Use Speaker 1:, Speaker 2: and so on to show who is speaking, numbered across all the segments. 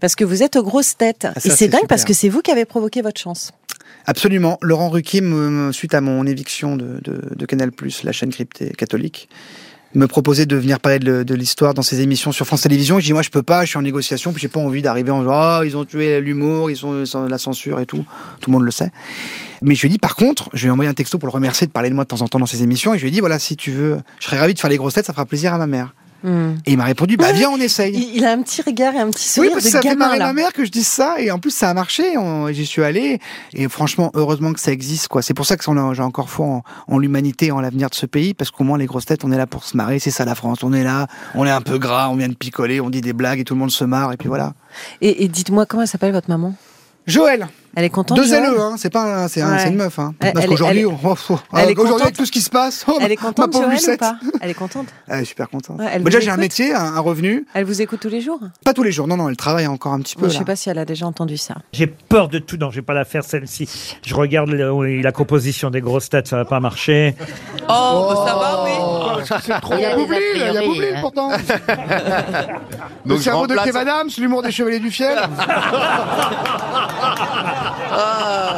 Speaker 1: Parce que vous êtes aux grosses têtes.
Speaker 2: Ah, ça,
Speaker 1: Et c'est
Speaker 2: c'est
Speaker 1: dingue
Speaker 2: super.
Speaker 1: parce que c'est vous qui avez provoqué votre chance.
Speaker 2: Absolument. Laurent Ruquier, me- me- suite à mon éviction de, de- de Canal+, la chaîne cryptée catholique, me proposait de venir parler de, le- de l'histoire dans ses émissions sur France Télévisions. Et Je dis, moi, je peux pas, je suis en négociation, puis j'ai pas envie d'arriver en disant, ah, ils ont tué l'humour, ils ont ils ont la censure et tout. Tout le monde le sait. Mais je lui ai dit, par contre, je lui ai envoyé un texto pour le remercier de parler de moi de temps en temps dans ses émissions. Et je lui ai dit, voilà, si tu veux, je serais ravi de faire les grosses têtes, ça fera plaisir à ma mère. Et il m'a répondu, bah, viens, on essaye.
Speaker 1: Il il a un petit regard et un petit
Speaker 2: Oui,
Speaker 1: sourire
Speaker 2: parce que
Speaker 1: de
Speaker 2: ça fait
Speaker 1: gamin
Speaker 2: marrer ma
Speaker 1: là.
Speaker 2: mère que je dise ça, et en plus ça a marché, on- j'y suis allé, et franchement, heureusement que ça existe, quoi. C'est pour ça que on a- j'ai encore foi en, en l'humanité, en l'avenir de ce pays, parce qu'au moins les grosses têtes, on est là pour se marrer, c'est ça la France, on est là, on est un peu gras, on vient de picoler, on dit des blagues, et tout le monde se marre, et puis voilà.
Speaker 1: Et, et dites-moi comment elle s'appelle votre maman
Speaker 2: Joël,
Speaker 1: Elle est contente.
Speaker 2: deux
Speaker 1: Joël
Speaker 2: LE, hein, c'est pas, un- c'est un-
Speaker 1: Ouais.
Speaker 2: c'est une meuf, hein.
Speaker 1: Elle-
Speaker 2: Parce
Speaker 1: elle-
Speaker 2: qu'aujourd'hui,
Speaker 1: elle-
Speaker 2: on- oh, oh,
Speaker 1: elle est
Speaker 2: aujourd'hui,
Speaker 1: contente.
Speaker 2: avec tout ce qui se passe, oh,
Speaker 1: Elle est
Speaker 2: ma
Speaker 1: contente
Speaker 2: pauvre
Speaker 1: Joël ou
Speaker 2: Lucette.
Speaker 1: pas Elle est contente.
Speaker 2: Elle est super contente.
Speaker 1: Ouais, elle
Speaker 2: Bah, déjà,
Speaker 1: vous
Speaker 2: j'ai un
Speaker 1: écoute
Speaker 2: métier, un, un revenu,
Speaker 1: Elle vous écoute tous les jours
Speaker 2: pas tous les jours, non, non, elle travaille encore un petit peu,
Speaker 1: Je
Speaker 2: là.
Speaker 1: sais pas si elle a déjà entendu ça.
Speaker 3: J'ai peur de tout. Non, je vais pas la faire celle-ci. Je regarde le- oui, la composition des grosses têtes, ça va pas marcher.
Speaker 4: Oh, bah, ça va, oui.
Speaker 5: Il y a
Speaker 6: des
Speaker 5: Boublil, il y a
Speaker 6: priori,
Speaker 5: Boublil
Speaker 6: hein.
Speaker 5: pourtant. le
Speaker 7: Donc, je
Speaker 5: cerveau de
Speaker 7: remplace-
Speaker 5: Kev Adams, l'humour des Chevaliers du Fiel.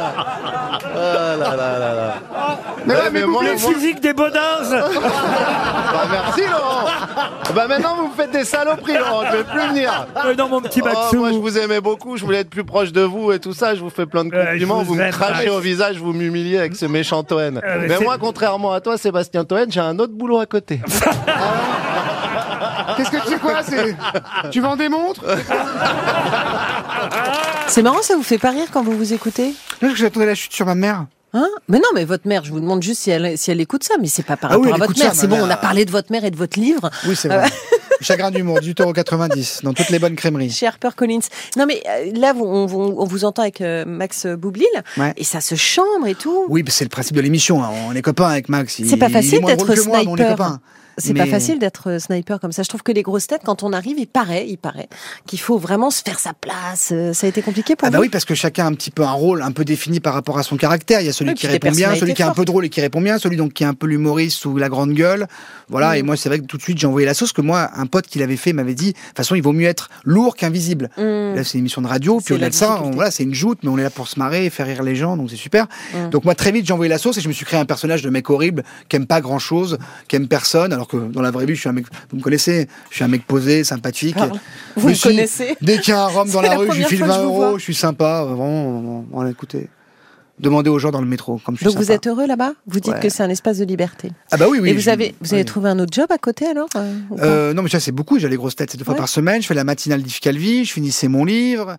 Speaker 7: Ah là là là là.
Speaker 5: Mais ouais, mais
Speaker 7: moi,
Speaker 5: Boublil,
Speaker 3: Le
Speaker 5: vous-
Speaker 3: physique des Baudins
Speaker 7: bah, merci Laurent. Bah maintenant vous me faites des saloperies Laurent, je vais plus venir.
Speaker 3: Mais Non, euh, mon petit
Speaker 7: Oh,
Speaker 3: Maxou
Speaker 7: moi je vous aimais beaucoup, je voulais être plus proche de vous et tout ça, je vous fais plein de
Speaker 3: Euh, je
Speaker 7: compliments,
Speaker 3: vous
Speaker 7: vous, me
Speaker 3: aime,
Speaker 7: crachez
Speaker 3: Max.
Speaker 7: au visage, vous m'humiliez avec ce méchant Toen.
Speaker 3: Euh, mais
Speaker 7: mais
Speaker 3: c'est-
Speaker 7: moi contrairement à toi Sébastien Toen, j'ai un autre boulot à côté.
Speaker 5: Qu'est-ce que tu sais quoi c'est- Tu vends des montres
Speaker 1: C'est marrant, ça vous fait pas rire quand vous vous écoutez
Speaker 2: Non, J'attendais la chute sur ma mère.
Speaker 1: Hein mais non, mais votre mère, je vous demande juste si elle, si elle écoute ça, mais c'est pas par
Speaker 2: Ah oui,
Speaker 1: rapport à
Speaker 2: elle
Speaker 1: votre
Speaker 2: écoute
Speaker 1: mère.
Speaker 2: ça,
Speaker 1: C'est
Speaker 2: ma
Speaker 1: bon, on
Speaker 2: mère.
Speaker 1: a parlé de votre mère et de votre livre,
Speaker 2: Oui, c'est vrai. Chagrin d'humour, du taureau 90, dans toutes les bonnes crèmeries.
Speaker 1: chez Harper Collins. Non, mais euh, là, vous- on, on- on vous entend avec euh, Max Boublil,
Speaker 2: Ouais.
Speaker 1: et ça se chambre et tout.
Speaker 2: Oui, bah, c'est le principe de l'émission. hein. On est copains avec Max. Il-
Speaker 1: C'est pas
Speaker 2: il est
Speaker 1: facile
Speaker 2: moins drôle
Speaker 1: d'être
Speaker 2: que moi, mais on est
Speaker 1: sniper.
Speaker 2: copains.
Speaker 1: C'est
Speaker 2: Mais-
Speaker 1: pas facile d'être euh, sniper comme ça. Je trouve que les grosses têtes, quand on arrive, il paraît, il paraît qu'il faut vraiment se faire sa place. Euh, Ça a été compliqué pour
Speaker 2: Ah bah
Speaker 1: vous
Speaker 2: oui, parce que chacun a un petit peu un rôle un peu défini par rapport à son caractère. Il y a celui
Speaker 1: Oui, puis
Speaker 2: qui
Speaker 1: des
Speaker 2: répond bien, celui
Speaker 1: personnalités
Speaker 2: qui est un peu
Speaker 1: fortes.
Speaker 2: drôle et qui répond bien, celui donc qui est un peu l'humoriste ou la grande gueule.
Speaker 1: Mm.
Speaker 2: Voilà, et moi c'est vrai que tout de suite j'ai envoyé la sauce que moi, un pote qui l'avait fait m'avait dit, de toute façon il vaut mieux être lourd qu'invisible.
Speaker 1: Hum.
Speaker 2: Là, c'est une émission de radio,
Speaker 1: C'est
Speaker 2: puis au-delà
Speaker 1: la
Speaker 2: de ça,
Speaker 1: difficulté.
Speaker 2: on- voilà, c'est une joute, mais on est là pour se marrer et faire rire les gens, donc c'est super.
Speaker 1: Mm.
Speaker 2: Donc moi, très vite, j'ai envoyé la sauce et je me suis créé un personnage de mec horrible qui aime pas grand-chose, qui aime personne, alors que dans la vraie vie, je suis un mec, vous me connaissez, je suis un mec posé, sympathique.
Speaker 1: Parle. Vous
Speaker 2: Mais
Speaker 1: me connaissez
Speaker 2: Dès qu'il y a un rhum dans
Speaker 1: C'est
Speaker 2: la,
Speaker 1: la
Speaker 2: rue, je lui
Speaker 1: première
Speaker 2: file
Speaker 1: fois que
Speaker 2: 20
Speaker 1: je vous
Speaker 2: euros,
Speaker 1: vois.
Speaker 2: je suis sympa, euh, vraiment, vraiment, voilà, écoutez. Demandez aux gens dans le métro, comme je suis
Speaker 1: Donc vous
Speaker 2: sympa.
Speaker 1: êtes heureux là-bas Vous dites
Speaker 2: Ouais.
Speaker 1: que c'est un espace de liberté.
Speaker 2: Ah bah oui, oui.
Speaker 1: et vous
Speaker 2: je-
Speaker 1: avez, vous avez
Speaker 2: oui.
Speaker 1: trouvé un autre job à côté alors euh, ou pas
Speaker 2: Euh, non mais ça c'est beaucoup, j'ai les grosses têtes, c'est deux fois
Speaker 1: Ouais.
Speaker 2: par semaine, je fais la matinale d'Yves Calvi, je finissais mon livre,